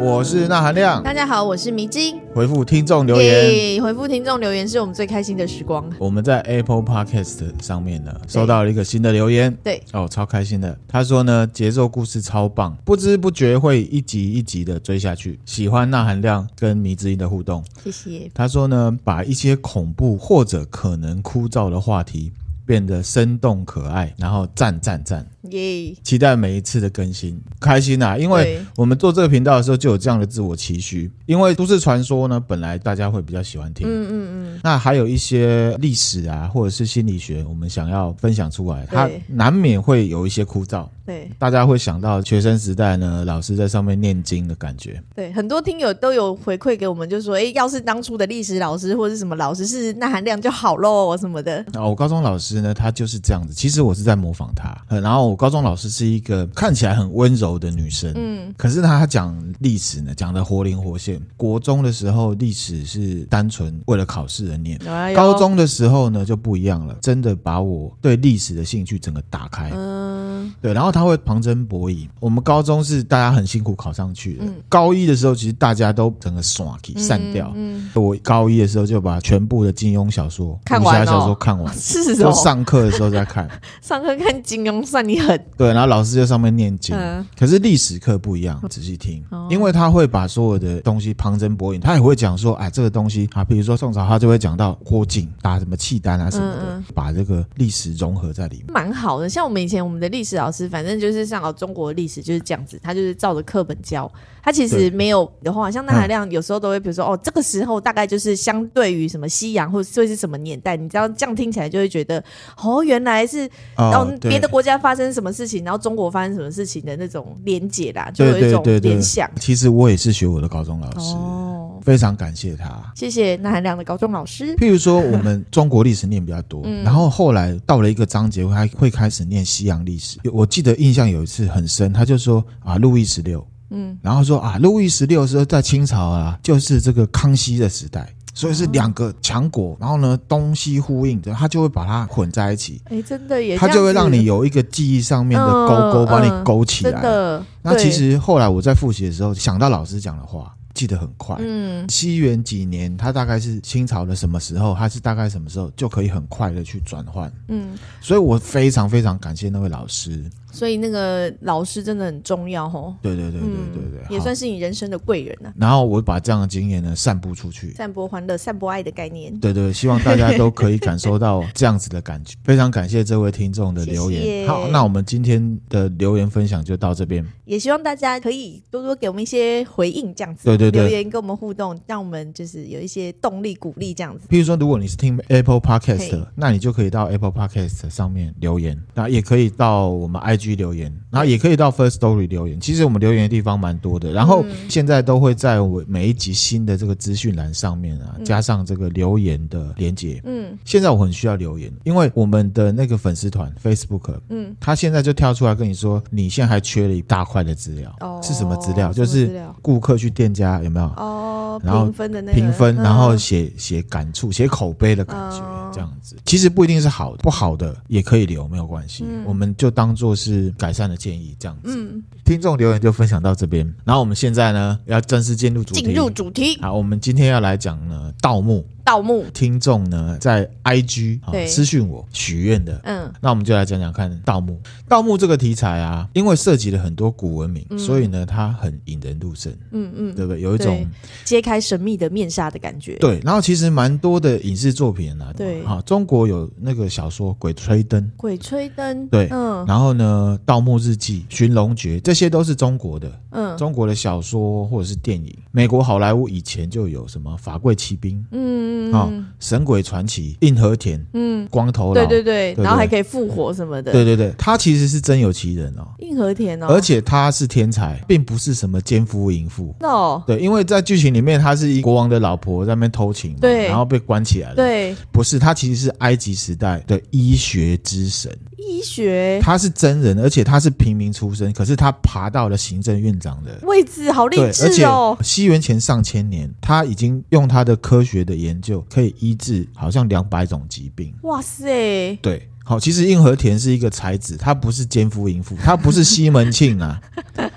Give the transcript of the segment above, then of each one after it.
我是那含亮。大家好，我是迷津。回复听众留言，耶回复听众留言是我们最开心的时光。我们在 Apple Podcast 上面呢收到了一个新的留言，对，哦，超开心的。他说呢，节奏故事超棒，不知不觉会一集一集的追下去。喜欢那含量跟迷之音的互动。谢谢。他说呢，把一些恐怖或者可能枯燥的话题变得生动可爱，然后赞赞赞。耶、期待每一次的更新，开心啊！因为对我们做这个频道的时候就有这样的自我期许，因为都市传说呢，本来大家会比较喜欢听，嗯嗯嗯。那还有一些历史啊，或者是心理学，我们想要分享出来，它对难免会有一些枯燥，对大家会想到学生时代呢，老师在上面念经的感觉。对，很多听友都有回馈给我们，就说，哎，要是当初的历史老师或是什么老师是那含量就好喽，什么的。啊，我高中老师呢，她就是这样子。其实我是在模仿她。呃然后我高中老师是一个看起来很温柔的女生，嗯，可是她讲历史呢，讲的活灵活现。国中的时候，历史是单纯为了考试而念。哎呦高，中的时候呢就不一样了，真的把我对历史的兴趣整个打开。嗯，对，然后他会旁征博引。我们高中是大家很辛苦考上去嗯的，高一的时候其实大家都整个耍起散掉。嗯我高一的时候就把全部的金庸小说、看武完侠小哦说看完， 是就哦，上课的时候在看，上课看金庸算你狠。对，然后老师在上面念经。嗯可是历史课不一样，仔细听哦，因为他会把所有的东西旁征博引，他也会讲说，哎，这个东西啊，比如说宋朝，他就会讲到郭靖打什么契丹啊什么嗯的，把这个历史融合在里面。蛮好的，像我们以前我们的历史老师，反正就是上好中国历史就是这样子，他就是照着课本教。他其实对没有的话，像那含量有时候都会，比如说哦，这个时候大概就是相对于什么西洋或者会是什么年代，你知道这样听起来就会觉得哦，原来是然后哦对哦别的国家发生什么事情，然后中国发生什么事情的那种连结啦，就对有一对种对对联，想。其实我也是学我的高中老师，哦，非常感谢他。谢谢那含量的高中老师。譬如说，我们中国历史念比较多，嗯然后后来到了一个章节，他会开始念西洋历史。我记得印象有一次很深，他就说啊，路易十六，嗯，然后说啊，路易十六是在清朝啊，就是这个康熙的时代。所以是两个强国，哦然后呢东西呼应的，他就会把它混在一起，哎，真的也这样子，他就会让你有一个记忆上面的勾勾，嗯把你嗯勾起真来。的。那对其实后来我在复习的时候，想到老师讲的话，记得很快。嗯，西元几年，它大概是清朝的什么时候，它是大概什么时候就可以很快的去转换。嗯，所以我非常非常感谢那位老师。所以那个老师真的很重要哦。对对对对对对，也好算是你人生的贵人呐、然后我把这样的经验呢散布出去。散播欢乐、散播爱的概念。对对，希望大家都可以感受到这样子的感觉。非常感谢这位听众的留言。谢谢好，那我们今天的留言分享就到这边。也希望大家可以多多给我们一些回应，这样子，对对对留言跟我们互动，让我们就是有一些动力、鼓励这样子。譬如说，如果你是听 Apple Podcast，嘿的那你就可以到 Apple Podcast 上面留言，那也可以到我们 IG 留言，然后也可以到 First Story 留言。其实我们留言的地方蛮多嗯的，然后现在都会在我每一集新的这个资讯栏上面啊，加上这个留言的连接。嗯，现在我很需要留言，因为我们的那个粉丝团 Facebook，嗯，他现在就跳出来跟你说，你现在还缺了一大块的资料，哦是什么资料？什就么资是料顾客去店家有没有？哦，然后评分的那个评分，嗯然后写写感触、写口碑的感觉哦，这样子。其实不一定是好的，不好的也可以留，没有关系，我们就当做是改善的建议，这样子。嗯，听众留言就分享到这边，然后我们现在呢要正式进入主题。进入主题，好，我们今天要来讲呢盗墓，盗墓。听众呢在 IG 啊、对私讯我许愿的。嗯，那我们就来讲讲看盗墓。盗墓这个题材啊，因为涉及了很多古文明，所以呢，它很引人入胜，嗯嗯，对不对？有一种对揭开神秘的面纱的感觉。对，然后其实蛮多的影视作品啊，对好，中国有那个小说《鬼吹灯》，鬼吹灯，对嗯然后呢，《盗墓日记》《寻龙诀》，这些都是中国的，嗯中国的小说或者是电影。美国好莱坞以前就有什么《法柜奇兵》嗯啊、嗯神鬼传奇》《硬和田》嗯，光头佬，对对对，对然后还可以复活什么的。对对对，他其实是真有其人哦，硬和田哦，而且他是天才，并不是什么奸夫淫妇。哦，对，因为在剧情里面，他是一国王的老婆在那边偷情嘛，对然后被关起来了。对不是，他其实是埃及时代的医学之神，医学他是真人，而且他是平民出身，可是他爬到了行政院长的。位置好励对，而志且哦，西元前上千年，他已经用他的科学的研究，可以医治好像两百种疾病。哇塞，对，好，其实硬和田是一个才子，他不是奸夫淫妇，他不是西门庆 啊。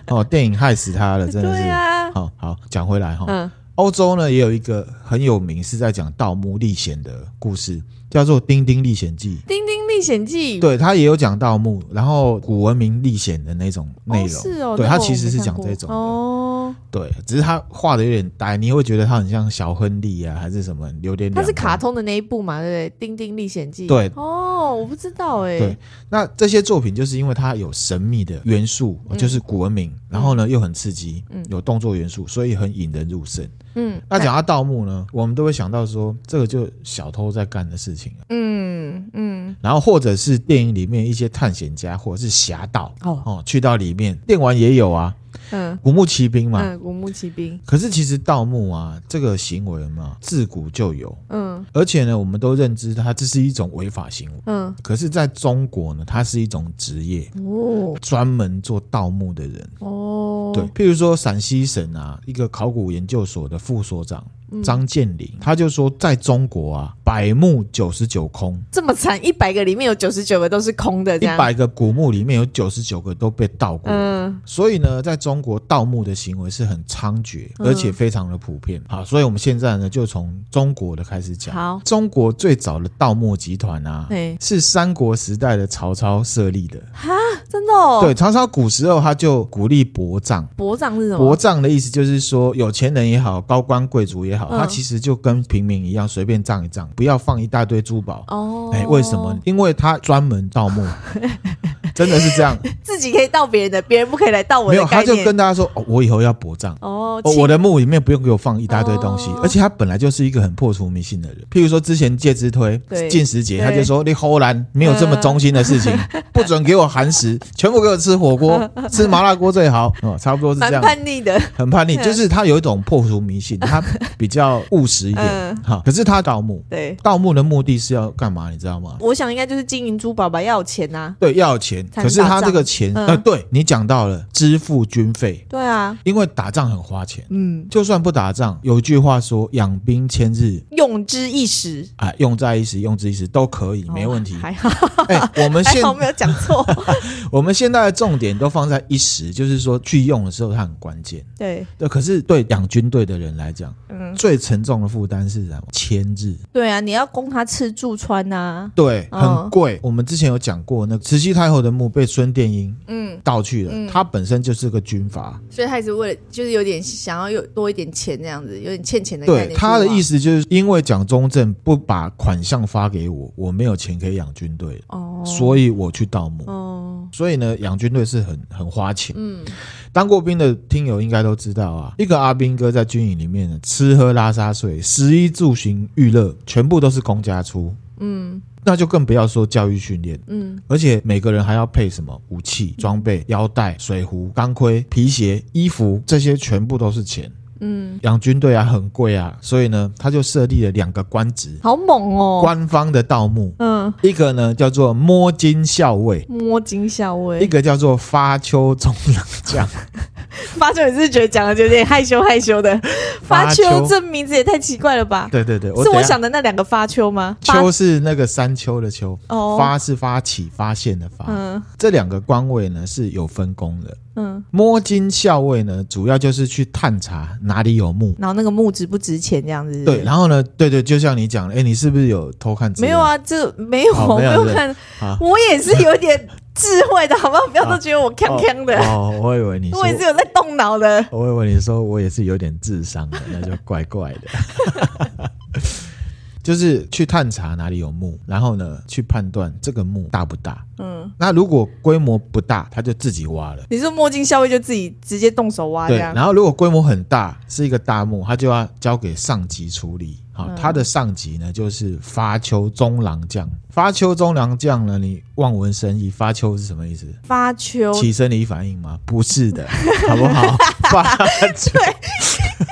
哦，电影害死他了，真的是。哦对啊，好好讲回来哈、嗯欧洲呢也有一个很有名，是在讲盗墓历险的故事，叫做《丁丁历险记《丁丁历险记》》。对，它也有讲盗墓，然后古文明历险的那种内哦容。是哦，对，那它我其实没是看讲过这种的。哦，对，只是它画的有点呆，你会觉得它很像小亨利啊，还是什么，有点。它是卡。通的那一部嘛，对不对？《丁丁历险记》对哦，我不知道哎、对，那这些作品就是因为它有神秘的元素，嗯就是古文明，然后呢又很刺激，有动作元素，所以很引人入胜。嗯，那讲到盗墓呢，我们都会想到说，这个就小偷在干的事情啊，嗯嗯，然后或者是电影里面一些探险家或者是侠盗哦哦，去到里面电玩也有啊，嗯古墓奇兵嘛。嗯，古墓奇兵，可是其实盗墓啊，这个行为嘛，自古就有，嗯而且呢，我们都认知它这是一种违法行为。嗯，可是在中国呢，它是一种职业，哦专门做盗墓的人。哦，对，，譬如说陕西省啊，一个考古研究所的副所长张建林，他就说，在中国啊，百墓九十九空，这么惨，一百个里面有九十九个都是空的，这一样，百个古墓里面有九十九个都被盗过。啊嗯所以呢，在中国盗墓的行为是很猖獗，而且非常的普遍。好，所以我们现在呢，就从中国的开始讲。好哎中国最早的盗墓集团啊嘿，是三国时代的曹操设立的。哈，真的哦，对，，曹操古时候他就鼓励薄葬。薄葬是什么？薄葬的意思就是说，有钱人也好，高官贵族也好，嗯他其实就跟平民一样，随便葬一葬，不要放一大堆珠宝。哦，哎，为什么？因为他专门盗 墓，真的是这样。自己可以盗别人的，别人不可以来盗我没的有，他概念？就跟大家说，哦、我以后要薄葬。哦，哦亲我的墓里面不用给我放一大堆东西，哦而且他本来就是一个很破除迷信的人。譬如说之前介之推对进食节，对他就说你侯兰没有这么忠心的事情， 不准给我寒食，全部给我吃火锅，吃麻辣锅最好哦，差不多是这蛮样。叛逆嗯的，很叛逆，就是他有一种破除迷信，他比较务实一点 嗯哈、可是他盗墓，对，盗墓的目的是要干嘛？你知道吗？我想应该就是金银珠宝吧，要有钱啊呐、对，要有钱。才能可是他这个钱，打仗嗯呃，对你讲到了，支付军费，对啊，因为打仗很花钱。嗯，就算不打仗，有句话说“养兵千日，用之一时，啊，用在一时，用之一时”都可以，没问题哦。还好，哎、我 们还现好没有讲错， 我们现在的重点都放在一时，就是说去用的时候它很关键。对，对，可是对养军队的人来讲，嗯，最沉重的负担是什么？千日。对啊，你要供他吃住穿呐、对，哦很贵。我们之前有讲过，那慈禧太后的墓被孙殿英嗯，盗去了，嗯他本身就是个军阀。所以他也是为了，就是有点想要有多一点钱这样子，有点欠钱的概对念。他的意思，思就是，因为蒋中正不把款项发给我，我没有钱可以养军队了，哦，所以我去盗墓。哦，所以呢，养军队是很很花钱。嗯，当过兵的听友应该都知道啊，一个阿兵哥在军营里面呢吃喝拉撒睡，食衣住行娱乐全部都是公家出，嗯，那就更不要说教育训练。嗯，而且每个人还要配什么武器、装备、腰带、水壶、钢盔、皮鞋、衣服，这些全部都是钱。嗯，养军队啊，很贵啊，所以呢，他就设立了两个官职，好猛哦，官方的盗墓，嗯，一个呢叫做摸金校尉，摸金校一尉，个叫做发丘中郎 将。发球，你是不是觉得讲的有点害羞害羞的？发发丘丘这名字也太奇怪了吧？对对对，是等我一下想的那两个发丘吗？发丘是那个山丘的丘，哦发是发起发现的发。嗯这两个官位呢是有分工的。嗯，摸金校尉呢，主要就是去探查哪里有墓，然后那个木值不值钱这样子？对，然后呢，对对，就像你讲的，哎，你是不是有偷看？没有，啊，这没有，哦我没没有有对看啊，我也是有点智慧的，好不好？不要都觉得我锵锵的，哦，我以为你说我，也是有在动脑的。我以为你说我也是有点智商的，那就怪怪的。 就是去探查哪里有墓，然后呢，去判断这个墓大不大。嗯，那如果规模不大，他就自己挖了。你说墨镜校尉就自己直接动手挖这对，样然？后如果规模很大，是一个大墓，他就要交给上级处理。好，嗯他的上级呢就是发丘中郎将。发丘中郎将呢，你望文生义，发丘是什么意思？发丘，起生理反应吗？不是的，好不 好？发丘，我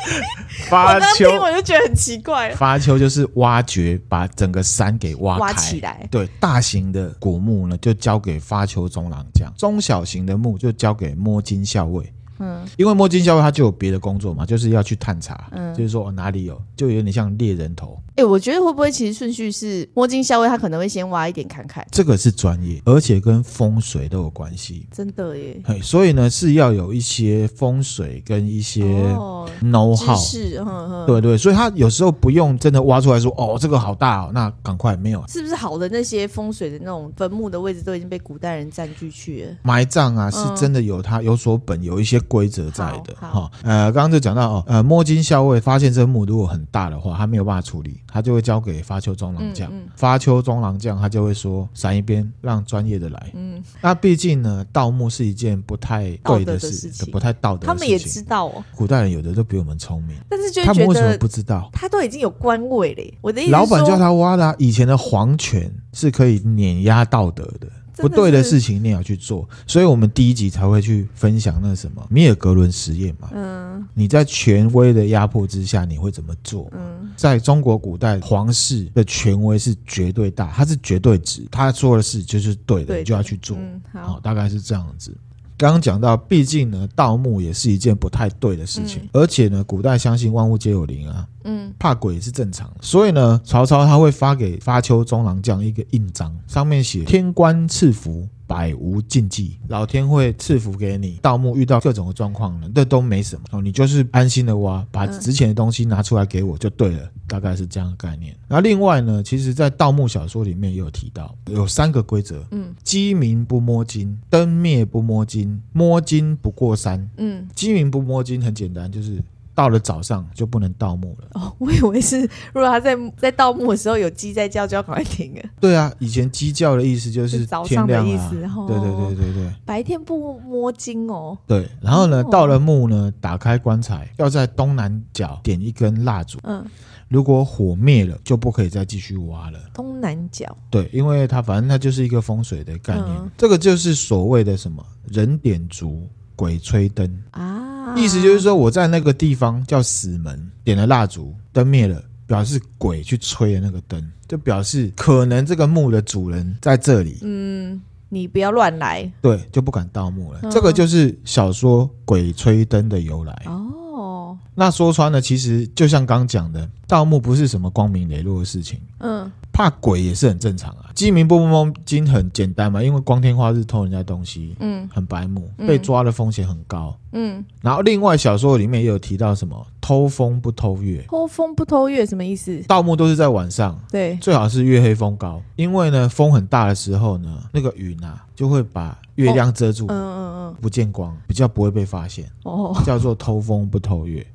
发刚丘听，我就觉得很奇怪，发丘就是挖掘，把整个山给挖开挖起来对，大型的古墓呢，就交给发丘中郎将；中小型的墓就交给摸金校尉。嗯因为摸金校尉他就有别的工作嘛，就是要去探查，嗯就是说、哦、哪里有，就有点像猎人头，哎、我觉得会不会其实顺序是摸金校尉，他可能会先挖一点看看，这个是专业，而且跟风水都有关系。真的耶。嘿，所以呢是要有一些风水跟一些哦， know 知 how，、识，嗯哼哼，对对，所以他有时候不用真的挖出来说哦这个好大哦，那赶快没有是不是好的那些风水的那种坟墓的位置都已经被古代人占据去了？埋葬啊，是嗯真的有它有所本，有一些规则在的哈、好好呃，刚刚就讲到哦，呃，摸金校尉发现这墓如果很大的话，他没有办法处理，他就会交给发丘中郎将。嗯发丘中郎将他就会说闪一边，让专业的来。嗯，那毕竟呢，盗墓是一件不太对道德的事，事情不太道德他的们也事情。知道哦，古代人有的都比我们聪明，但是就他会们觉为什么得不知道？他都已经有官位嘞。我的意思是老板说叫他挖的、啊，以前的皇权是可以碾压道德的，真的不对的是事情你也要去做。所以我们第一集才会去分享那什么米尔格伦实验嘛。嗯你在权威的压迫之下，你会怎么做？嗯在中国古代，皇室的权威是绝对大，他是绝对值，他说的事就是对的，对你就要去做。嗯，好、好，大概是这样子。刚刚讲到，毕竟呢，盗墓也是一件不太对的事情，而且呢，古代相信万物皆有灵啊，嗯怕鬼是正常，所以呢，曹操他会发给发丘中郎将一个印章，上面写“天官赐福，百无禁忌”，老天会赐福给你。盗墓遇到各种的状况呢，这都没什么哦，你就是安心的挖，把嗯值钱的东西拿出来给我就对了，大概是这样的概念。那另外呢，其实在盗墓小说里面也有提到，有三个规则：嗯鸡鸣不摸金，灯灭不摸金，摸金不过山。嗯。鸡鸣不摸金很简单，就是到了早上就不能盗墓了。哦， 我以为是如果他在在盗墓的时候有鸡在叫，就要赶快停了。对啊，以前鸡叫的意思就是是早天上的亮意啊思哦对对对对对白天不摸金哦，对。然后呢，哦到了墓呢，打开棺材，要在东南角点一根蜡烛，嗯，如果火灭了，就不可以再继续挖了。东南角，对，因为它反正它就是一个风水的概念，嗯这个就是所谓的什么人点烛。鬼吹灯，啊，意思就是说我在那个地方叫死门，点了蜡烛，灯灭了，表示鬼去吹的那个灯，就表示可能这个墓的主人在这里，嗯，你不要乱来对，就不敢盗墓了。嗯这个就是小说《鬼吹灯》的由来。哦，那说穿了，其实就像刚讲的，盗墓不是什么光明磊落的事情，嗯怕鬼也是很正常啊。鸡鸣不摸金很简单嘛，因为光天化日偷人家东西嗯很白目，嗯被抓的风险很高。嗯，然后另外小说里面也有提到什么偷风不偷月，偷风不偷月什么意思？盗墓都是在晚上。对，最好是月黑风高，因为呢风很大的时候呢，那个云啊就会把月亮遮住，嗯嗯不见光，比较不会被发现。嗯，哦叫做偷风不偷月。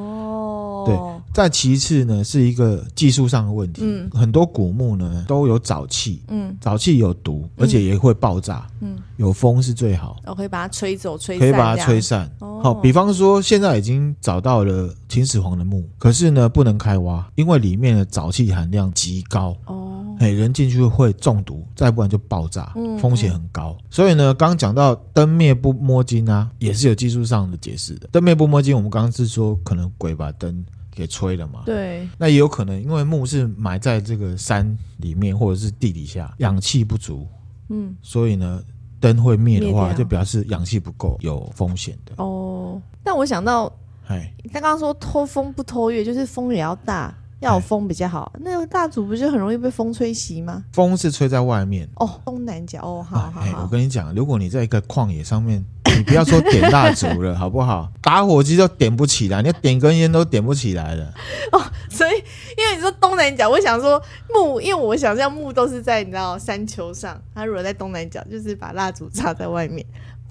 哦，再其次呢，是一个技术上的问题。嗯很多古墓呢都有沼气，对，嗯沼气有毒，而且也会爆炸。嗯，有风是最好，我可以把它吹走，吹可以散把它这样吹散。哦好、比方说现在已经找到了秦始皇的墓，可是呢不能开挖，因为里面的沼气含量极高。哦，哎，人进去会中毒，再不然就爆炸，嗯风险很高。所以呢，刚刚讲到灯灭不摸金啊，也是有技术上的解释的。灯灭不摸金，我们刚刚是说可能鬼把灯给吹了嘛，对，那也有可能因为木是埋在这个山里面或者是地底下，氧气不足，嗯所以呢。灯会灭的话，灭掉就表示氧气不够，有风险的。哦，但我想到哎，他刚刚说偷风不偷月，就是风也要大，要有风比较好。那个大主不就很容易被风吹袭吗？风是吹在外面。哦，东南角，哦，好啊，好哎，我好，跟你讲，如果你在一个旷野上面， 你不要说点蜡烛了，好不好？打火机都点不起来，你要点根烟都点不起来了。哎所以因为你说东南角，我想说木，因为我想象木都是在你知道山丘上，它如果在东南角，就是把蜡烛插在外面，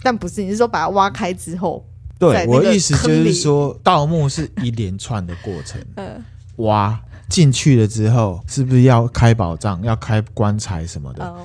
但不是，你是说把它挖开之后，对在那我个意思就坑是里说，盗墓是一连串的过程。嗯挖进去了之后，是不是要开宝藏、要开棺材什么的？哦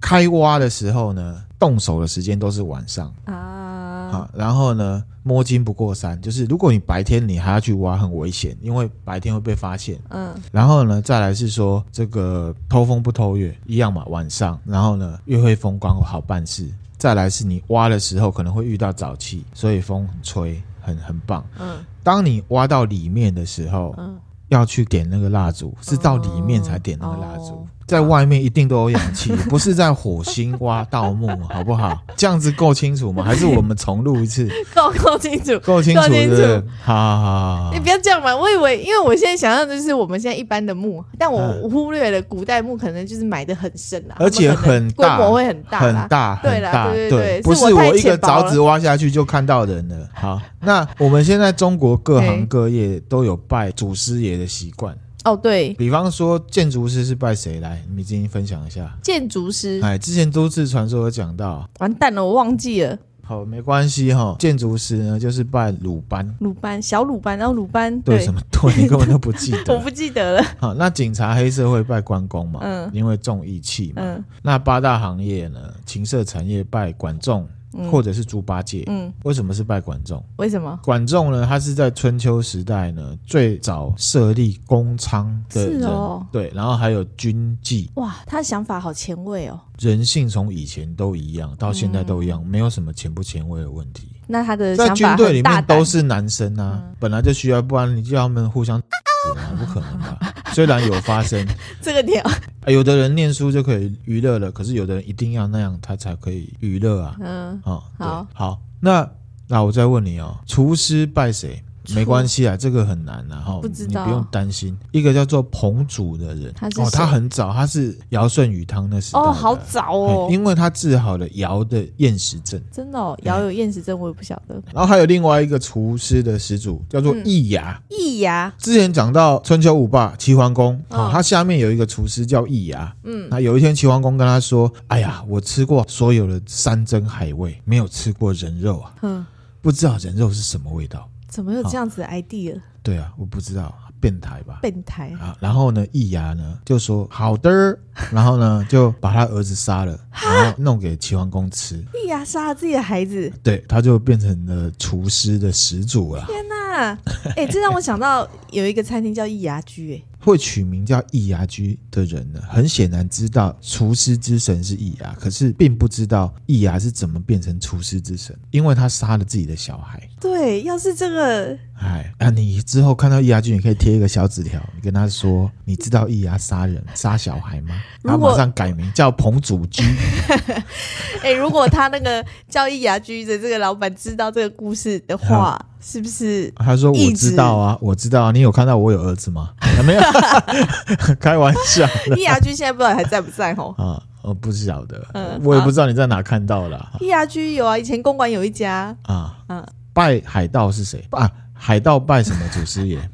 开挖的时候呢，动手的时间都是晚上。啊，啊，然后呢，摸金不过山，就是如果你白天你还要去挖，很危险，因为白天会被发现。嗯然后呢，再来是说这个偷风不偷月一样嘛，晚上，然后呢，月黑风光好办事。再来是你挖的时候可能会遇到沼气，所以风吹很很棒。嗯当你挖到里面的时候，嗯，要去点那个蜡烛，是到里面才点那个蜡烛。哦在外面一定都有氧气，不是在火星挖盗墓，好不 好？这样子够清楚吗？还是我们重录一次？够够清楚。够清楚，够清对楚不对？好好好好好你不要这样嘛！我以为，因为我现在想象的就是我们现在一般的墓，但我嗯忽略了古代墓可能就是埋的很深啦，而且他们可能很规大模会很大啦，很大，对很啦大，对对对不是是我太我一个浅薄凿了子挖下去就看到人了。好，那我们现在中国各行对各业都有拜祖师爷的习惯，哦，对，比方说建筑师是拜谁来？你们今天分享一下。建筑师，哎，之前都市传说有讲到，完蛋了，我忘记了，好，没关系哈、建筑师呢就是拜鲁班，鲁班，小鲁班，然后鲁班，对对什，么对， 你根本都不记我得。不记得了，好，那警察黑社会拜关公嘛，嗯因为重义气嘛。嗯那八大行业呢，情色产业拜管仲、或者是猪八戒。嗯，为什么是拜管仲？为什么？管仲呢，他是在春秋时代呢最早设立公仓的是人，哦对，然后还有军纪，哇，他的想法好前卫哦。人性从以前都一样，到现在都一样，没有什么前不前卫的问题。那他的在嗯想军法队里很大面胆都，是男生啊，本来就需要，不然你叫他们互相死啊，不可能吧？嗯虽然有发生，这 个点，啊有的人念书就可以娱乐了，可是有的人一定要那样，他才可以娱乐啊。嗯，哦，对好，好，那那我再问你哦，厨师拜谁？没关系啊，这个很难啊，哈，不知你道不用担心。一个叫做彭祖的人，他是哦，他谁很早，他是尧舜禹汤那时代的哦，好早嘿哦，因为嗯他治好了尧的厌食症。真的哦，姚有厌食症，我也不晓得。然后还有另外一个厨师的始祖叫做嗯易牙，易牙，之前讲到春秋五霸齐桓公啊、嗯他下面有一个厨师叫易牙。嗯，那有一天齐桓公跟他说：“哎呀，我吃过所有的山珍海味，没有吃过人肉啊，哼，不知道人肉是什么味道。”怎么有好这样子的 idea？对啊，我不知道，变态吧？变态，啊，然后呢，易牙呢就说好的儿，然后呢就把他儿子杀了，然后弄给齐桓公吃。易牙啊杀了自己的孩子，对，他就变成了厨师的始祖了，天哪！ 哎，这让我想到有一个餐厅叫易牙居，哎，会取名叫易牙居的人呢，很显然知道厨师之神是易牙，可是并不知道易牙是怎么变成厨师之神，因为他杀了自己的小孩。对，要是这个哎，那、你之后看到易牙君，你可以贴一个小纸条，你跟他说，你知道易牙杀 人杀小孩吗？如然后果马上改名叫彭祖 居， 哎、如果他那个叫易牙居的这个老板知道这个故事的话，是不 是？他说一我直知道啊，我知道啊，你有看到我有儿子吗？ 没有，开玩笑的易牙居现在不知道还在不在吼？啊，我不晓得，嗯我也不知道你在哪看到了啊易牙居有啊，以前公馆有一家啊嗯拜海盗是谁啊？海盗拜什么祖师爷？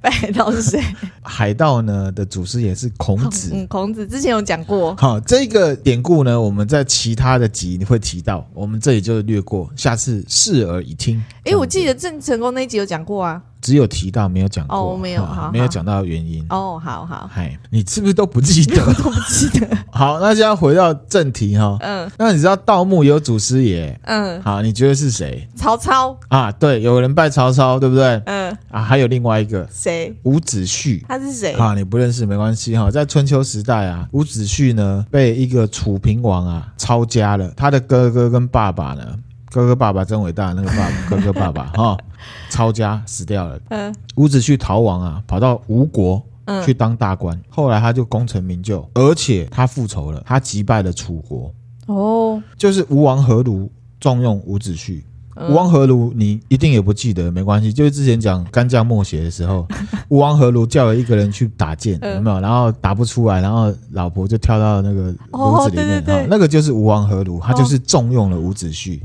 拜到是 谁？海盗呢的祖师爷是孔子，嗯，孔子之前有讲过。好，这个典故呢，我们在其他的集会提到，我们这里就略过，下次视而已听。哎、我记得郑成功那一集有讲过啊。只有提到，没有讲过，哦没有啊好没有好讲到原因。哦，好好，嗨，你是不是都不记 得？我不记得。好，那现在回到正题哈、嗯那你知道盗墓有祖师爷？嗯，好，你觉得是谁曹操，啊？对，有人拜曹操，对不对？嗯，啊，还有另外一个谁？伍子胥。他是谁？啊，你不认识没关系哈、在春秋时代啊，伍子胥呢被一个楚平王啊抄家了，他的哥哥跟爸爸呢，哥哥爸爸真伟大，那个爸 爸哥哥爸爸哈、抄家死掉了。嗯伍子胥逃亡啊，跑到吴国。嗯去当大官，后来他就功成名就，而且他复仇了，他击败了楚国，哦，就是吴王阖闾重用伍子胥。嗯吴王阖闾，你一定也不记得，没关系。就是之前讲干将莫邪的时 候，吴王阖闾叫了一个人去打剑，嗯有没有？然后打不出来，然后老婆就跳到那个炉子里面哦对对对哈那个就是吴王阖闾，他就是重用了伍子胥。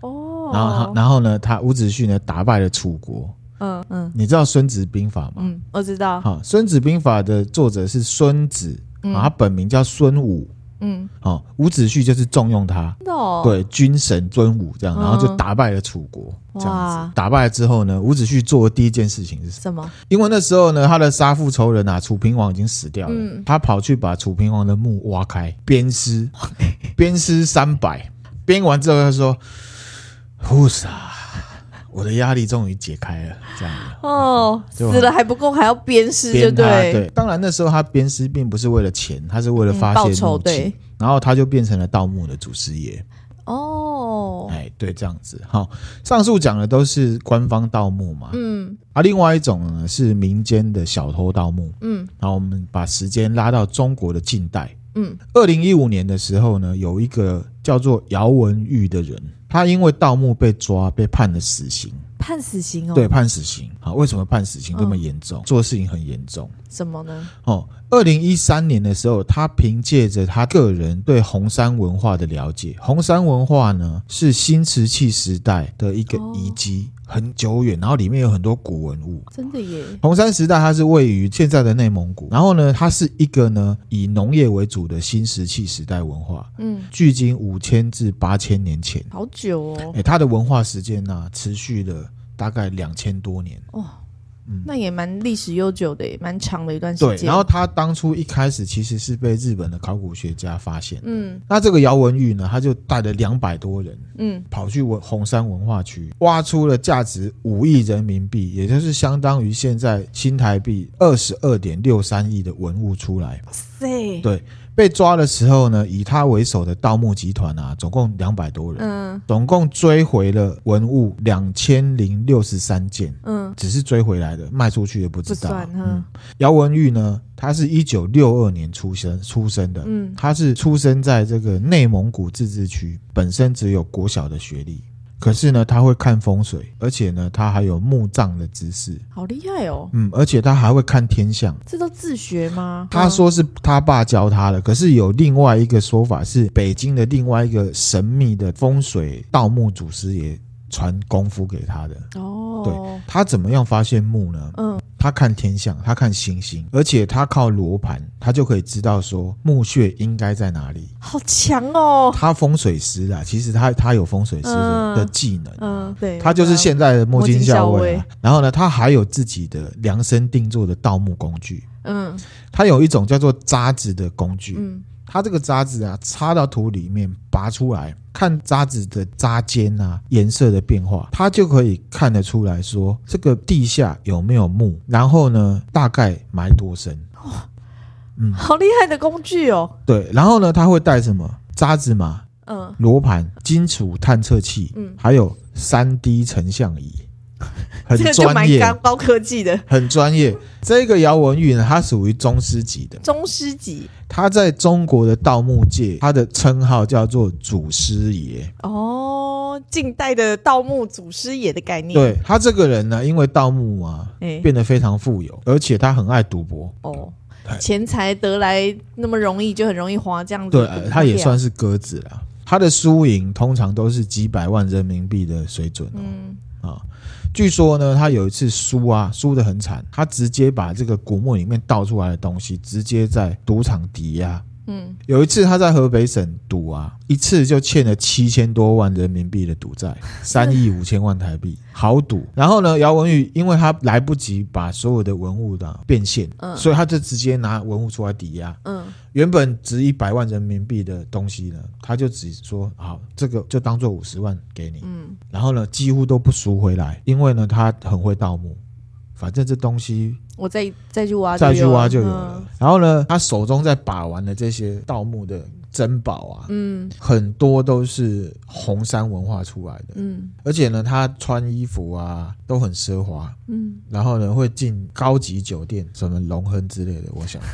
哦，然后他，然后呢，他伍子胥呢打败了楚国。嗯嗯你知道《孙子兵法》吗？嗯，我知道。好，《孙子兵法》的作者是孙子，嗯啊，他本名叫孙武。嗯，哦，伍子胥就是重用他，真的哦。，对，军神尊武这样，然后就嗯打败了楚国，这样子哇。打败了之后呢，伍子胥做的第一件事情是什么？什么？因为那时候呢，他的杀父仇人啊，楚平王已经死掉了，嗯他跑去把楚平王的墓挖开，鞭尸， 鞭尸三百，鞭完之后他说：“呼啊，我的压力终于解开了。”这样子。哦，就死了还不够，还要鞭尸，鞭就他，对。对，当然那时候他鞭尸并不是为了钱，他是为了嗯发报泄仇怒气对，然后他就变成了盗墓的祖师爷。哦，哎，对，这样子。好，上述讲的都是官方盗墓嘛，嗯啊，另外一种呢是民间的小偷盗墓。嗯然后我们把时间拉到中国的近代，嗯二零一五年的时候呢，有一个叫做姚文玉的人，他因为盗墓被抓，被判了死刑。判死刑哦，对，，判死刑。好，为什么判死刑这么嗯严重？做事情很严重。什么呢？哦，二零一三年的时候，他凭借着他个人对红山文化的了解，红山文化呢是新石器时代的一个哦遗迹，很久远，然后里面有很多古文物。真的耶，红山时代它是位于现在的内蒙古，然后呢，它是一个呢以农业为主的新石器时代文化，嗯，距今五千至八千年前。好久哦，哎，它的文化时间呢、持续了大概两千多年。哇嗯，那也蛮历史悠久的耶，蛮长的一段时对，间。然后它当初一开始其实是被日本的考古学家发现的。嗯那这个姚文玉呢，他就带了两百多人嗯，跑去文红山文化区，挖出了价值五亿人民币，也就是相当于现在新台币二十二点六三亿的文物出来。塞，对被抓的时候呢，以他为首的盗墓集团啊，总共两百多人，嗯总共追回了文物两千零六十三件。嗯，只是追回来的，卖出去的不知道。不算嗯嗯，姚文玉呢，他是一九六二年出生出生的，嗯他是出生在这个内蒙古自治区，本身只有国小的学历，可是呢，他会看风水，而且呢，他还有墓葬的知识，好厉害哦，嗯，而且他还会看天象。这都自学吗？他说是他爸教他的，可是有另外一个说法是，北京的另外一个神秘的风水盗墓祖师爷传功夫给他的。嗯哦，他怎么样发现墓呢？嗯他看天象，他看星星，而且他靠罗盘，他就可以知道说墓穴应该在哪里。好强哦，他风水师啊，其实他他有风水师的,、嗯的技能，嗯，对，他就是现在的摸金校尉、摸啊。然后呢，他还有自己的量身定做的盗墓工具，嗯他有一种叫做渣子的工具，嗯他这个渣子啊插到土里面拔出来，看渣子的渣尖啊颜色的变化，他就可以看得出来说这个地下有没有墓，然后呢大概埋多深。嗯好厉害的工具哦，对，然后呢，他会带什么渣子嘛、嗯，罗盘、金属探测器，嗯还有三 D 成像 仪，很这个就专蛮业，高高科技的，很专业。这个姚文玉呢，他属于宗师级的，宗师级他在中国的盗墓界，他的称号叫做祖师爷。哦，近代的盗墓祖师爷的概念，，对他这个人呢，因为盗墓啊，哎、变得非常富有，而且他很爱赌博。哦对，钱财得来那么容易，就很容易花，这样子对，啊不呃得他也了算是鸽子啦。他的输赢通常都是几百万人民币的水准哦。嗯啊。据说呢，他有一次输啊，输得很惨，他直接把这个古墓里面盗出来的东西，直接在赌场抵押。嗯，有一次他在河北省赌啊，一次就欠了七千多万人民币的赌 债，三亿五千万台币，豪赌。然后呢，姚文玉因为他来不及把所有的文物的变现，嗯所以他就直接拿文物出来抵押。嗯原本值一百万人民币的东西呢，他就只说好，这个就当做五十万给你。嗯，然后呢，几乎都不赎回来，因为呢，他很会盗墓，反正这东西我再再去挖，再去挖就有有嗯了。。然后呢，他手中在把玩的这些盗墓的珍宝啊，嗯很多都是红山文化出来的，嗯而且呢，他穿衣服啊都很奢华，嗯然后呢会进高级酒店，什么龙亨之类的，我想。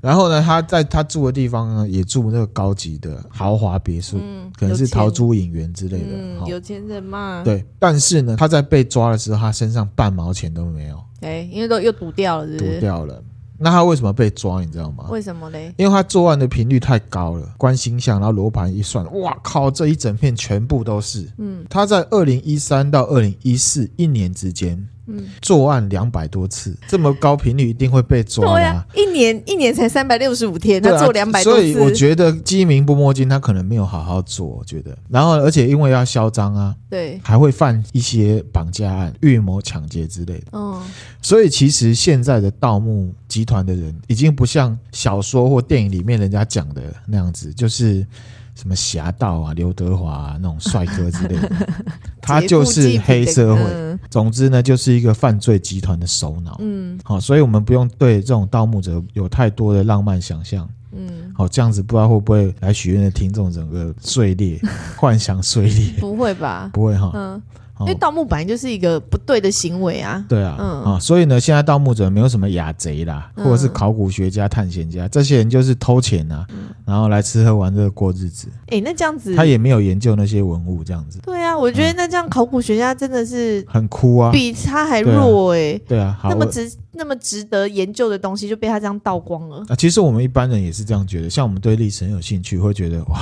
然后呢，他在他住的地方呢，也住那个高级的豪华别墅，嗯，可能是有钱陶朱隐园之类的。嗯，好有钱人嘛，，对，但是呢，他在被抓的时候，他身上半毛钱都没有，哎、因为都又赌掉了，是不赌是？掉了。那他为什么被抓？你知道吗？为什么嘞？因为他作案的频率太高了，观星象，然后罗盘一算，哇靠，这一整片全部都是。嗯他在二零一三到二零一四一年之间嗯，作案两百多次，这么高频率一定会被抓对的、啊呀、一年一年才三百六十五天，对他啊做两百多所以我次，觉得鸡鸣不摸金，他可能没有好好做，我觉得。然后，而且因为要嚣张啊，对，还会犯一些绑架案、预谋抢劫之类的。嗯，所以其实现在的盗墓集团的人，已经不像小说或电影里面人家讲的那样子，就是什么侠盗啊、刘德华、啊、那种帅哥之类 的，他就是黑社会。嗯总之呢，就是一个犯罪集团的首脑。嗯好，所以我们不用对这种盗墓者有太多的浪漫想象，嗯，好、这样子不知道会不会来许愿的听众整个碎 裂，幻想碎裂，不会吧？不会哈、嗯，哦因为盗墓本来就是一个不对的行为啊。对啊，啊、嗯所以呢，现在盗墓者没有什么雅贼啦，或者是考古学家、探险家，这些人就是偷钱啊，嗯然后来吃喝玩乐过日子。哎、那这样子，他也没有研究那些文物，这样子对啊，我觉得那这样考古学家真的是很酷啊。比他还弱哎、对啊，好那么我值那么值得研究的东西就被他这样倒光了。啊，其实我们一般人也是这样觉得，像我们对历史很有兴趣，会觉得哇。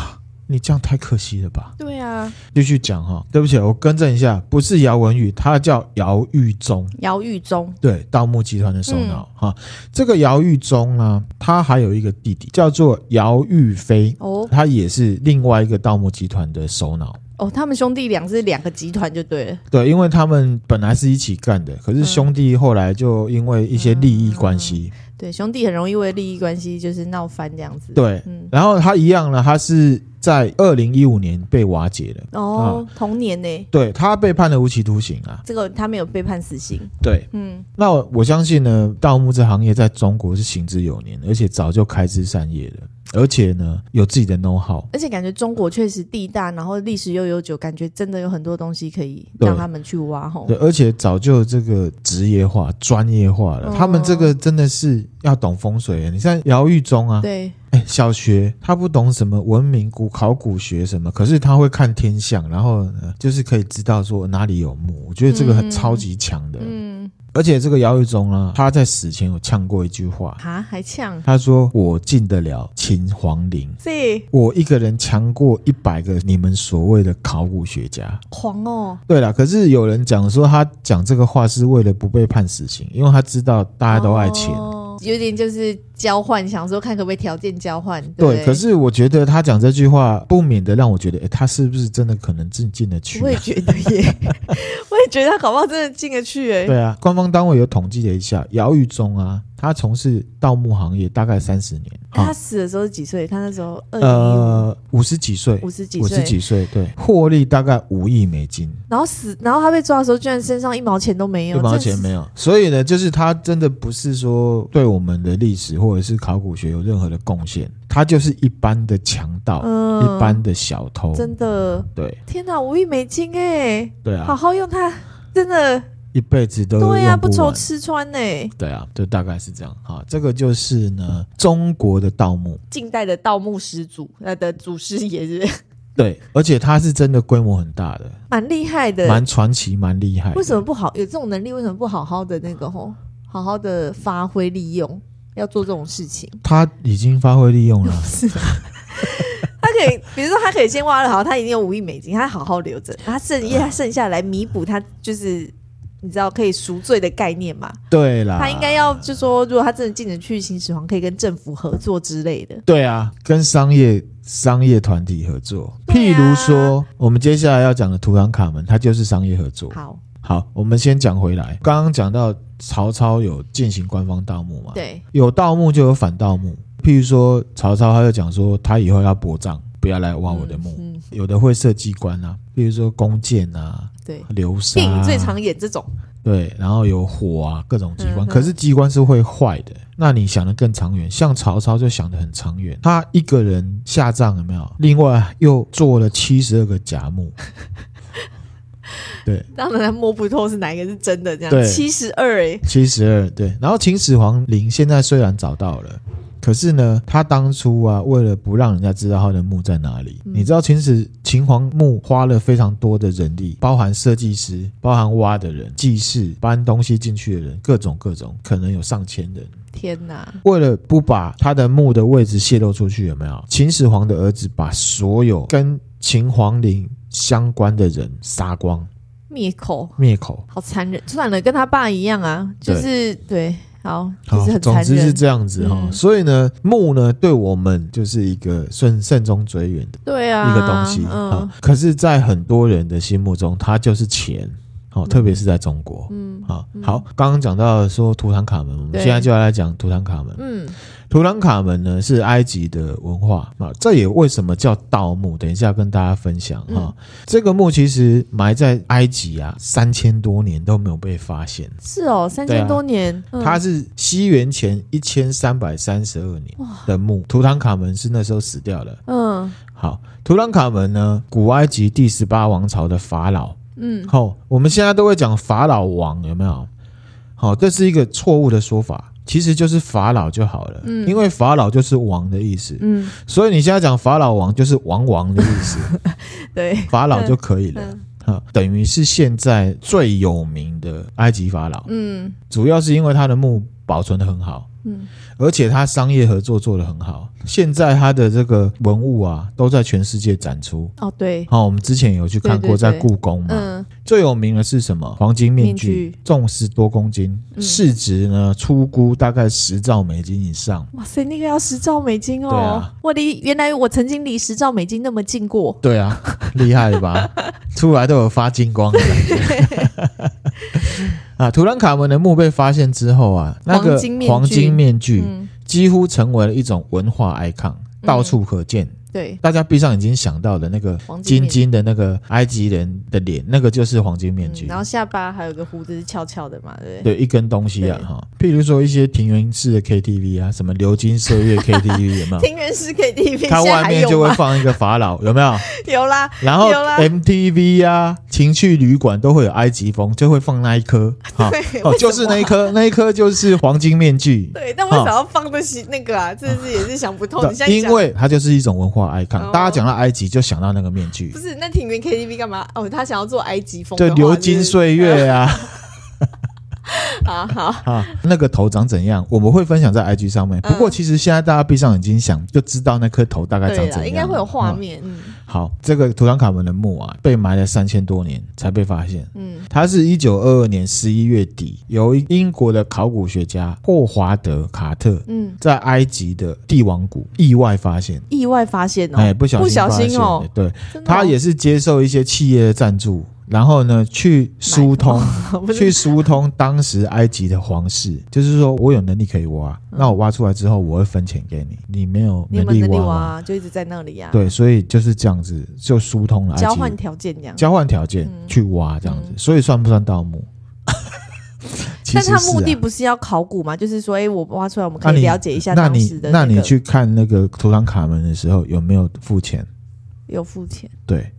你这样太可惜了吧？对啊，继续讲哈、对不起，我更正一下，不是姚文玉，他叫姚玉忠。姚玉忠，对，盗墓集团的首脑嗯哈、这个姚玉忠呢，他还有一个弟弟叫做姚玉飞，哦他也是另外一个盗墓集团的首脑。哦，他们兄弟俩是两个集团就对了。对，因为他们本来是一起干的，可是兄弟后来就因为一些利益关系，对，兄弟很容易为利益关系就是闹翻这样子。，对，嗯，然后他一样呢，他是在二零一五年被瓦解了，哦，啊同年呢、对他被判了无期徒刑啊。这个他没有被判死刑。对，嗯，那我我相信呢，盗墓这行业在中国是行之有年，而且早就开枝散叶了，而且呢有自己的 know how。而且感觉中国确实地大，然后历史又悠久，感觉真的有很多东西可以对让他们去挖吼对，。而且早就这个职业化、专业化了。嗯他们这个真的是要懂风水的。你像姚玉忠啊，对，哎，小学他不懂什么文明古考古学什么，可是他会看天象，然后、呃就是可以知道说哪里有墓。我觉得这个很嗯超级强的。嗯，而且这个姚玉忠啊，他在死前有呛过一句话，啊，还呛，他说：“我进得了秦皇陵。”这我一个人强过一百个你们所谓的考古学家，狂哦，对啦，可是有人讲说他讲这个话是为了不被判死刑，因为他知道大家都爱钱。哦有点就是交换，想说看可不可以条件交换。对不对对，可是我觉得他讲这句话，不免的让我觉得，诶，他是不是真的可能进进得去、我也啊？觉得耶， 我也觉得他搞不好真的进得去哎。对啊，官方单位有统计了一下，姚玉忠啊，他从事盗墓行业大概三十年，哎他啊死的时候是几岁？他那时候二零呃，五十几岁一五，五十几五十岁，几岁，对，获利大概五亿美金，然后死，然后他被抓的时候，居然身上一毛钱都没有，一毛真的钱是没有。所以呢，就是他真的不是说对我们的历史或者是考古学有任何的贡献，他就是一般的强盗，嗯一般的小偷。真的，对天哪，五亿美金哎，对呃好啊，好用它，真的，一辈子都对呀、呀、不愁。吃穿呢。对啊，就大概是这样哈。这个就是呢，中国的盗墓，近代的盗墓始祖，呃的祖师爷是不是对，而且它是真的规模很大的，蛮厉害的。蛮传奇，蛮厉害的。为什么不好有这种能力？为什么不好好的那个吼，好好的发挥利用？要做这种事情，他已经发挥利用了？ 他可以，比如说他可以先挖了好，他已经有五亿美金，他好好留着，他剩他剩下来弥补他就是你知道可以赎罪的概念嘛？对啦，他应该要就说，如果他真的进得去秦始皇，可以跟政府合作之类的。对啊，跟商业商业团体合作，对譬啊如说我们接下来要讲的图坦卡门，它就是商业合作。好，好，我们先讲回来，刚刚讲到曹操有进行官方盗墓嘛，，对，有盗墓就有反盗墓，譬如说曹操他就讲说，他以后要薄葬，不要来挖我的墓，嗯，嗯有的会设机关啊，譬如说弓箭啊、对。流沙、电啊，影最常演这种，对，然后有火啊，各种机关。嗯哼可是机关是会坏的。那你想的更长远，像曹操就想的很长远，他一个人下葬有没有？另外又做了七十二个甲木，对，当然摸不透是哪一个是真的，这对样七十二哎，七十二对。然后秦始皇陵现在虽然找到了。可是呢，他当初啊，为了不让人家知道他的墓在哪里，嗯你知道秦始秦皇墓花了非常多的人力，包含设计师、包含挖的人、技师、搬东西进去的人，各种各种，可能有上千人。天哪！为了不把他的墓的位置泄露出去，有没有？秦始皇的儿子把所有跟秦皇陵相关的人杀光，灭口，灭口。好残忍。算了，跟他爸一样啊，就是对，好，就好是，很哦总残之是忍。这样子哈、嗯所以呢，墓呢对我们就是一个慎慎终追远的对啊，一个东西啊、嗯，可是，在很多人的心目中，它就是钱。好、特别是在中国。嗯啊，好，刚刚讲到说图坦卡门，我们对现在就要来讲图坦卡门。嗯，图坦卡门呢是埃及的文化啊，这也为什么叫盗墓，等一下跟大家分享哈、嗯这个墓其实埋在埃及啊，三千多年都没有被发现，是哦，三对啊千多年，嗯它是西元前一千三百三十二年的墓。图坦卡门是那时候死掉了。嗯好，图坦卡门呢，古埃及第十八王朝的法老。嗯好、我们现在都会讲法老王，有没有？好、这是一个错误的说法，其实就是法老就好了，因为法老就是王的意思，嗯，所以你现在讲法老王就是王王的意思，对，法老就可以了。嗯啊，等于是现在最有名的埃及法老，嗯主要是因为他的墓保存的很好，嗯，而且他商业合作做得很好。现在他的这个文物啊，都在全世界展出。哦对，好、我们之前有去看过，对对在对故宫嘛，嗯最有名的是什么？黄金面具，面具重十多公斤，嗯市值呢出估大概十兆美金以上。哇塞，那个要十兆美金对哦啊！我离原来我曾经离十兆美金那么近过，对 啊，厉害了吧？出来都有发金光的感觉。 啊，图兰卡门的墓被发现之后啊，那个黄金面具黄金面具嗯，几乎成为了一种文化 icon，、到处可见。对，大家闭上眼睛想到的那个黄金金面具金的那个埃及人的脸，那个就是黄金面具。嗯然后下巴还有个胡子是翘翘的嘛，对不对？对一根东西啊，对哈，譬如说一些庭园式的 KTV 啊，什么流金岁月 KTV 有没 有？庭园式 KTV 它现在外还面有就会吗？放一个法老，有没有？ 有啦，然后有啦 MTV 啊，情趣旅馆都会有埃及风，就会放那一颗，哈 对，哦，为什么啊就是那一颗，那一颗就是黄金面具， 对，但为什么要放那些那个啊？真的是也是想不通。你现在因讲为它就是一种文化 icon，、哦大家讲到埃及就想到那个面具不，是那庭园 KTV 干嘛？哦，他想要做埃及风的就话，流金岁月啊。 是不是啊，好，啊，那个头长怎样，我们会分享在 IG 上面。不过其实现在大家闭上眼睛想，就知道那颗头大概长嗯对怎样，了，应该会有画嗯面，嗯好，这个图坦卡门的墓啊，被埋了三千多年才被发现。嗯它是一九二二年十一月底，由英国的考古学家霍华德·卡特嗯，在埃及的帝王谷意外发现。意外发现哦，哎，不小不心小发现心哦的，，对，真的哦他也是接受一些企业的赞助，然后呢，去疏通 不 是去疏通当时埃及的皇室，就是说我有能力可以挖，那我挖出来之后我会分钱给你，你没有嗯你有能没有力能力挖挖吗？啊就一直在那里呀，对，所以就是这样子就疏通了埃及交换条件这嗯样。交换条件去挖这样子，所以算不算盗 墓？其但实他是目的啊。不是要考古嘛？就是说，哎，我挖出来，我们那可以你了解一下那当你时的那个你去看那个图坦卡门的时候有没有付钱？有付钱，对，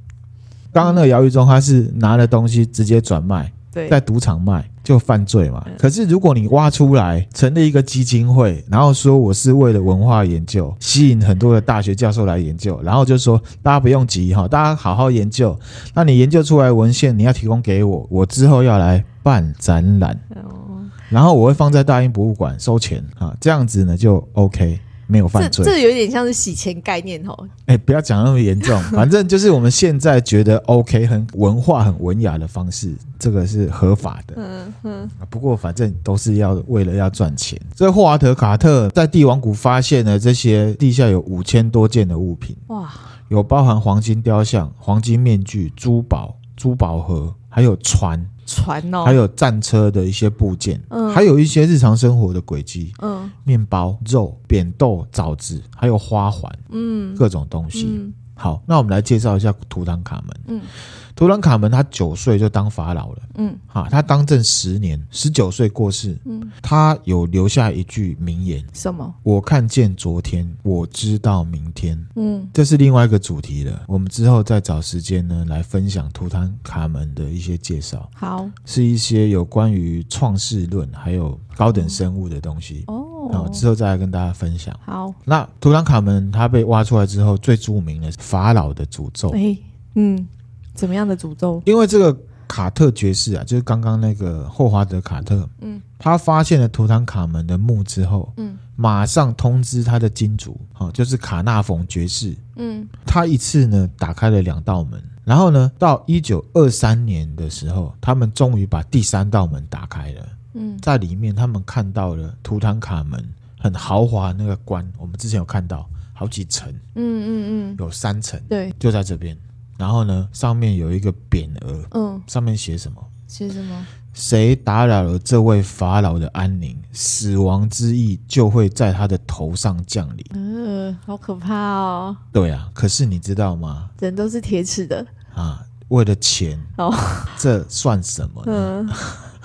刚刚那个姚玉忠他是拿了东西直接转卖，对，嗯在赌场卖就犯罪嘛。可是如果你挖出来，成立一个基金会，然后说我是为了文化研究，吸引很多的大学教授来研究，然后就说大家不用急哈，大家好好研究。那你研究出来的文献，你要提供给我，我之后要来办展览，哦，然后我会放在大英博物馆收钱啊，这样子呢就 OK，没有这犯罪。这有点像是洗钱概念哦。哎，不要讲那么严重，反正就是我们现在觉得 OK 很文化、很文雅的方式，这个是合法的。嗯嗯，啊不过反正都是要为了要赚钱。这霍华德·卡特在帝王谷发现了这些地下有五千多件的物品，哇，有包含黄金雕像、黄金面具、珠宝、珠宝盒，还有船，船哦，还有战车的一些部件，嗯还有一些日常生活的轨迹，嗯面包、肉、扁豆、枣子，还有花环，嗯各种东西。嗯好，那我们来介绍一下图坦卡门。嗯图坦卡门他九岁就当法老了。嗯哈，他当政十年，十九岁过世。嗯，他有留下一句名言什么？：“我看见昨天，我知道明天。嗯”这是另外一个主题了，我们之后再找时间呢来分享图坦卡门的一些介绍，好是一些有关于创世论还有高等生物的东西。好，哦，之后再来跟大家分享。好，那图坦卡门他被挖出来之后，最著名的是法老的诅咒。哎，嗯，怎么样的诅咒？因为这个卡特爵士啊，就是刚刚那个霍华德卡特，嗯，他发现了图坦卡门的墓之后，嗯，马上通知他的金主，好、就是卡纳冯爵士，嗯他一次呢打开了两道门，然后呢，到一九二三年的时候，他们终于把第三道门打开了，嗯在里面他们看到了图坦卡门很豪华的那个棺，我们之前有看到好几层，嗯嗯嗯，有三层，对，就在这边，然后呢，上面有一个匾额，嗯，上面写什么？写什么？谁打扰了这位法老的安宁，死亡之意就会在他的头上降临。呃，好可怕哦！对啊，可是你知道吗？人都是铁齿的啊，为了钱，哦。这算什么呢？嗯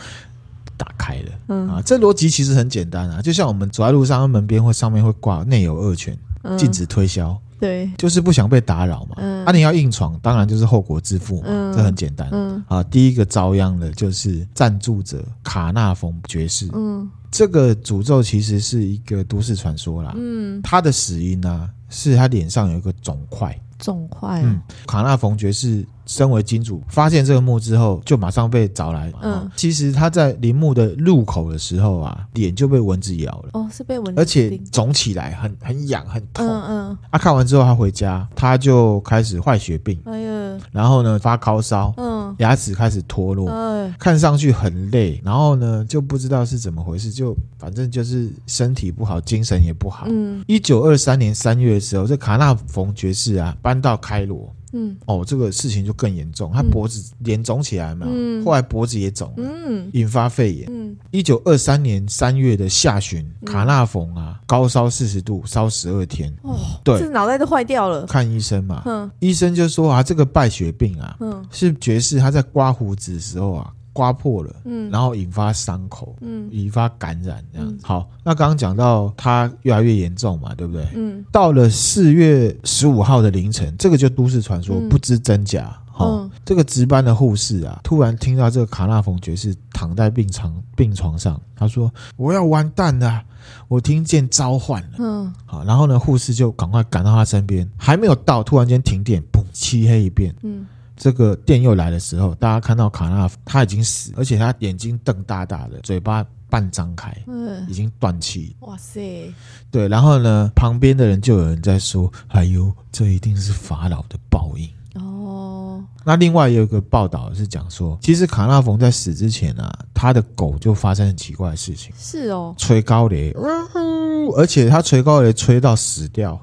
打开了、嗯啊，这逻辑其实很简单啊，就像我们走在路上，门边会上面会挂内有恶权，嗯，禁止推销，对，就是不想被打扰嘛。嗯啊，你要硬闯，当然就是后果自负嘛，嗯这很简单。嗯啊，第一个遭殃的就是赞助者卡纳冯爵士。嗯这个诅咒其实是一个都市传说啦。嗯，他的死因呢、是他脸上有一个肿块。肿块嗯哦，，卡纳冯爵士身为金主，发现这个墓之后，就马上被找来。嗯哦其实他在陵墓的入口的时候啊，脸就被蚊子咬了。哦，是被蚊子而且叮肿起来很很痒很痛、嗯啊！看完之后，他回家，他就开始坏血病，嗯，哎呀，然后呢发高烧，嗯牙齿开始脱落，哎，看上去很累，然后呢就不知道是怎么回事，就反正就是身体不好，精神也不好。嗯一九二三年三月的时候，这卡纳冯爵士啊搬到开罗，嗯哦，这个事情就更严重，他嗯脖子脸肿起来嘛，嗯后来脖子也肿了，嗯引发肺炎。嗯，一九二三年三月的下旬，卡纳冯啊高烧四十度，烧十二天，哦，对这脑袋都坏掉了，看医生嘛，嗯医生就说啊，这个败血病啊嗯是爵士他在刮胡子的时候啊刮破了，嗯然后引发伤口。嗯引发感染这样嗯子。好，那刚刚讲到它越来越严重嘛，对不对？嗯到了四月十五号的凌晨，这个就都市传说嗯不知真假。哦，嗯这个值班的护士啊，突然听到这个卡纳冯爵士躺在病床病床上，他说：“我要完蛋了，我听见召唤了。嗯，”好，然后呢，护士就赶快赶到他身边，还没有到，突然间停电，砰，漆黑一片。嗯这个电又来的时候，大家看到卡纳他已经死，而且他眼睛瞪大大的，嘴巴半张开，嗯，已经断气。哇塞，对，然后呢，旁边的人就有人在说：“哎呦，这一定是法老的报应。哦，”那另外也有一个报道是讲说，其实卡纳冯在死之前啊，他的狗就发生很奇怪的事情，是哦，吹高 雷，呜而且他吹高雷吹到死掉，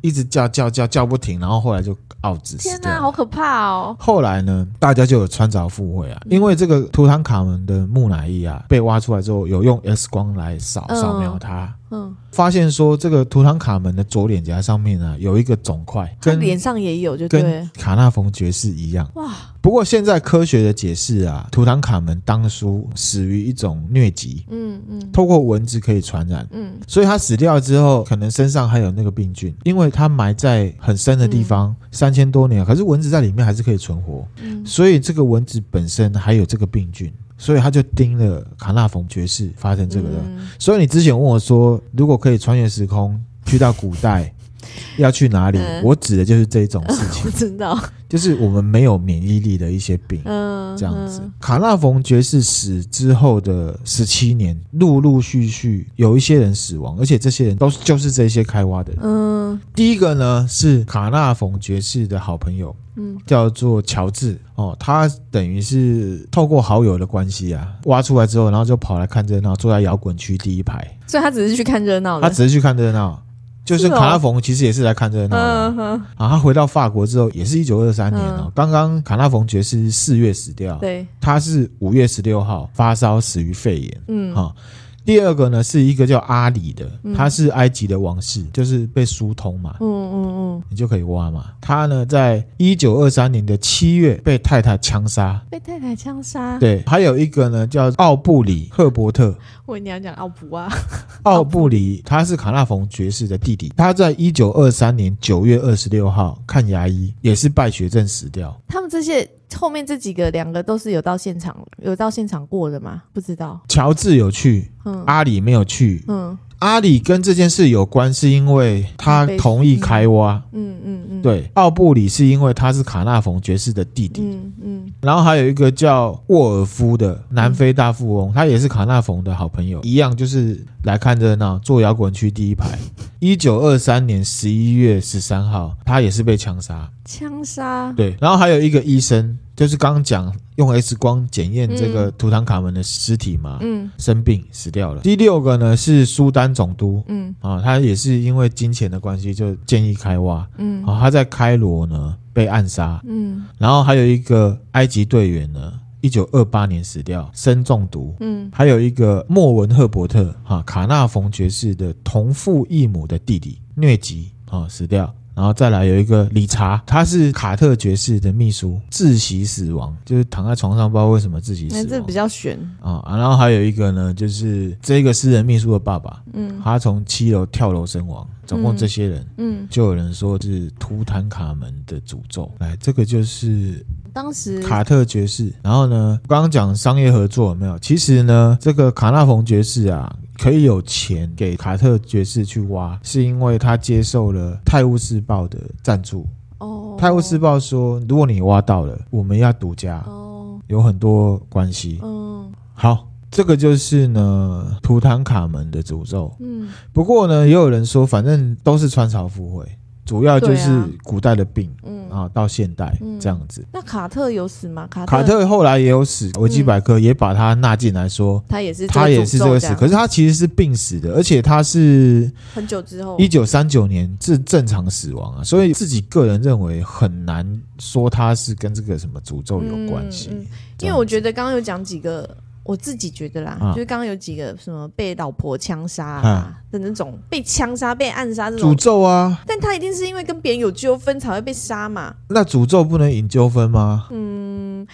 一直叫叫叫叫不停，然后后来就傲子死天掉哪，了。好可怕哦，后来呢，大家就有穿凿附会啊，因为这个图坦卡门的木乃伊啊，被挖出来之后，有用 X 光来扫嗯扫描它，嗯，发现说这个图坦卡门的左脸颊上面啊有一个肿块，他跟脸上也有，就跟对，卡纳冯爵士一样。哇，不过现在科学的解释啊，图坦卡门当初死于一种疟疾，嗯嗯透过蚊子可以传染。嗯所以他死掉之后，可能身上还有那个病菌，因为他埋在很深的地方，三千多年，可是蚊子在里面还是可以存活。嗯，所以这个蚊子本身还有这个病菌，所以他就盯了卡纳冯爵士发生这个的。嗯所以你之前问我说，如果可以穿越时空去到古 代，要去哪里？嗯我指的就是这一种事情 我，知道，就是我们没有免疫力的一些病。嗯，这样子，卡纳冯爵士死之后的十七年，陆陆续续有一些人死亡，而且这些人都是就是这些开挖的人。嗯，第一个呢是卡纳冯爵士的好朋友，嗯叫做乔治哦，他等于是透过好友的关系啊，挖出来之后，然后就跑来看热闹，坐在摇滚区第一排，嗯，所以他只是去看热闹他的，只是去看热闹。就是是哦卡纳冯其实也是来看热闹的、嗯哼，啊，他回到法国之后也是一九二三年哦。刚刚卡纳冯爵士是四月死掉，对，他是五月十六号发烧死于肺炎。嗯哈、第二个呢是一个叫阿里的，嗯他是埃及的王室，就是被疏通嘛，嗯嗯嗯，你就可以挖嘛。他呢，在一九二三年的七月被太太枪杀。被太太枪杀，对，还有一个呢叫奥布里赫伯特，我以为你要讲奥普啊， 奥布里他是卡纳冯爵士的弟弟，他在一九二三年九月二十六号看牙医，也是败血症死掉。他们这些后面这几个两个都是有到现场，有到现场过的吗？不知道，乔治有去，嗯阿里没有去。嗯阿里跟这件事有关，是因为他同意开挖。嗯嗯嗯，，对，奥布里是因为他是卡纳冯爵士的弟弟，嗯嗯然后还有一个叫沃尔夫的南非大富嗯翁，他也是卡纳冯的好朋友，一样就是来看热闹，坐摇滚区第一排。嗯一九二三年十一月十三号，他也是被枪杀。枪杀，对，然后还有一个医生，就是刚刚讲用 X 光检验这个图坦卡门的尸体嘛，嗯生病死掉了。第六个呢是苏丹总督。嗯啊，他也是因为金钱的关系，就建议开挖。嗯啊，他在开罗呢被暗杀，嗯然后还有一个埃及队员呢一九二八年死掉，砷中毒。嗯还有一个莫文赫伯特哈卡纳冯爵士的同父异母的弟弟疟疾啊死掉。然后再来有一个理查，他是卡特爵士的秘书，窒息死亡，就是躺在床上，不知道为什么窒息死那亡。哎这比较悬，啊、啊，然后还有一个呢，就是这个私人秘书的爸爸，嗯他从七楼跳楼身亡。总共这些人，嗯，就有人说是图坦卡门的诅咒。来，这个就是当时卡特爵士。然后呢，刚刚讲商业合作有没有？其实呢，这个卡纳冯爵士啊，可以有钱给卡特爵士去挖，是因为他接受了《泰晤士报》的赞助。哦，泰晤士报》说，如果你挖到了，我们要独家，哦，有很多关系。嗯好。这个就是呢，图坦卡门的诅咒。嗯不过呢，也有人说，反正都是穿潮附会，主要就对是啊古代的病嗯。啊，到现代嗯啊这样子。那卡特有死吗？卡特卡特后来也有死，维基百科也把他纳进来说。他嗯也是他也是这个死，可是是他其实是病死的，而且他是很久之后一九三九年是正常死亡啊，所以自己个人认为很难说他是跟这个什么诅咒有关系。嗯嗯这因为样我觉得刚刚有讲几个，我自己觉得啦，啊就是刚刚有几个什么被老婆枪杀啊啊的那种，被枪杀、被暗杀这诅种，咒啊，但他一定是因为跟别人有纠纷才会被杀嘛。那诅咒不能引纠纷吗？嗯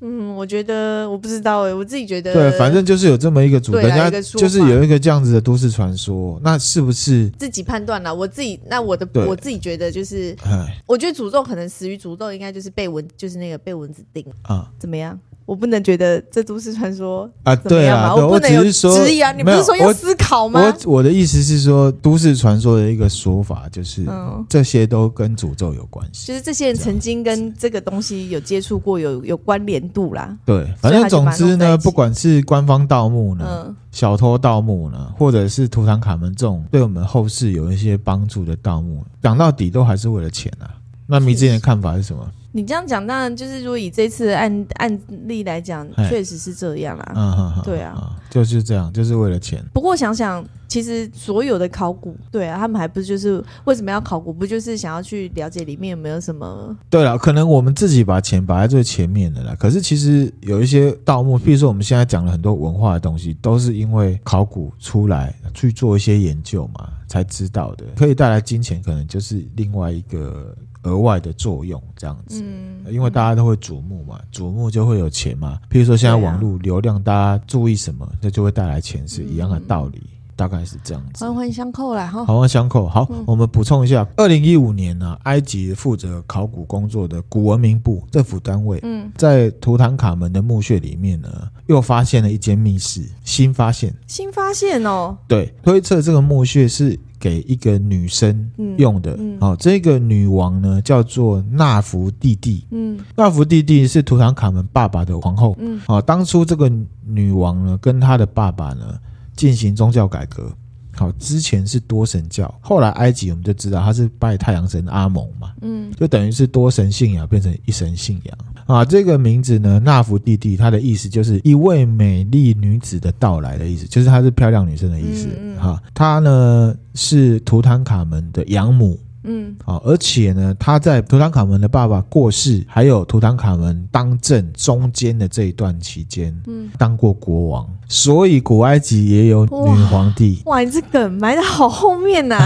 嗯，我觉得我不知道哎、我自己觉得对，反正就是有这么一个诅，对人啦家一个说就是法有一个这样子的都市传说，那是不是？自己判断啦。我自己那我的对我自己觉得就是，哎我觉得诅咒可能死于诅咒，应该就是被蚊，就是那个被蚊子叮，啊怎么样？我不能觉得这都市传说啊，怎么对样啊，嘛，对不我能只有是说质疑啊。你不没是有说要我思考吗？我我的意思是说，都市传说的一个说法就是，嗯这些都跟诅咒有关系。就是这些人曾经跟这个东西有接触过，有有关联度啦。对，反正总之所以他就把它弄在呢，一起不管是官方盗墓呢、嗯小偷盗墓呢，或者是图坦卡门这种对我们后世有一些帮助的盗墓，讲到底都还是为了钱啊。那迷之前的看法是什么？你这样讲，当然就是如果以这次的案案例来讲哎，确实是这样啦。嗯哼哼，对啊嗯，就是这样，就是为了钱。不过想想，其实所有的考古，对啊，他们还不是就是为什么要考古？不就是想要去了解里面有没有什么？对了，可能我们自己把钱摆在最前面的啦。可是其实有一些盗墓，比如说我们现在讲了很多文化的东西，都是因为考古出来去做一些研究嘛，才知道的。可以带来金钱，可能就是另外一个额外的作用，这样子。嗯，因为大家都会瞩目嘛，瞩目就会有钱嘛。譬如说现在对啊网络流量，大家注意什么，这就会带来钱，是一样嗯的道理，大概是这样子。环环相扣啦哈。环环相扣。好，嗯我们补充一下，二零一五年呢、埃及负责考古工作的古文明部政府单位，嗯，在图坦卡门的墓穴里面呢，又发现了一间密室，新发现。新发现哦，对，推测这个墓穴是给一个女生用的。嗯嗯哦，这个女王呢叫做纳福蒂蒂，嗯纳福蒂蒂是图坦卡门爸爸的皇后。嗯，哦，当初这个女王呢，跟她的爸爸呢进行宗教改革。好，之前是多神教，后来埃及我们就知道他是拜太阳神阿蒙嘛，嗯就等于是多神信仰变成一神信仰啊。这个名字呢，纳福蒂蒂，它的意思就是一位美丽女子的到来的意思，就是她是漂亮女生的意思嗯嗯哈。她呢是图坦卡门的养母，嗯啊，而且呢，他在图坦卡门的爸爸过世，还有图坦卡门当政中间的这一段期间，嗯，当过国王，所以古埃及也有女皇帝。哇，你这梗埋的好 后面呐、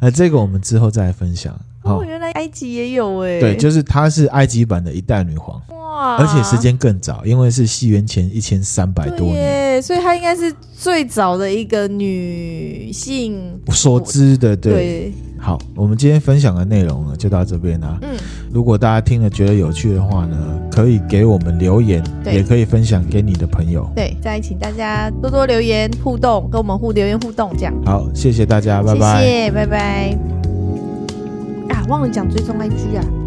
呃，这个我们之后再来分享。好、哦，原来埃及也有哎、对，就是她是埃及版的一代女皇，哇，而且时间更早，因为是西元前一千三百对多年。耶，所以她应该是最早的一个女性。所知的，对，对，好，我们今天分享的内容呢，就到这边啦、啊嗯，如果大家听了觉得有趣的话呢，可以给我们留言，对也可以分享给你的朋友。对，再请大家多多留言互动，跟我们互留言互动，这样，好，谢谢大家，拜拜。谢谢，拜拜。啊，忘了讲追踪 IG 啊。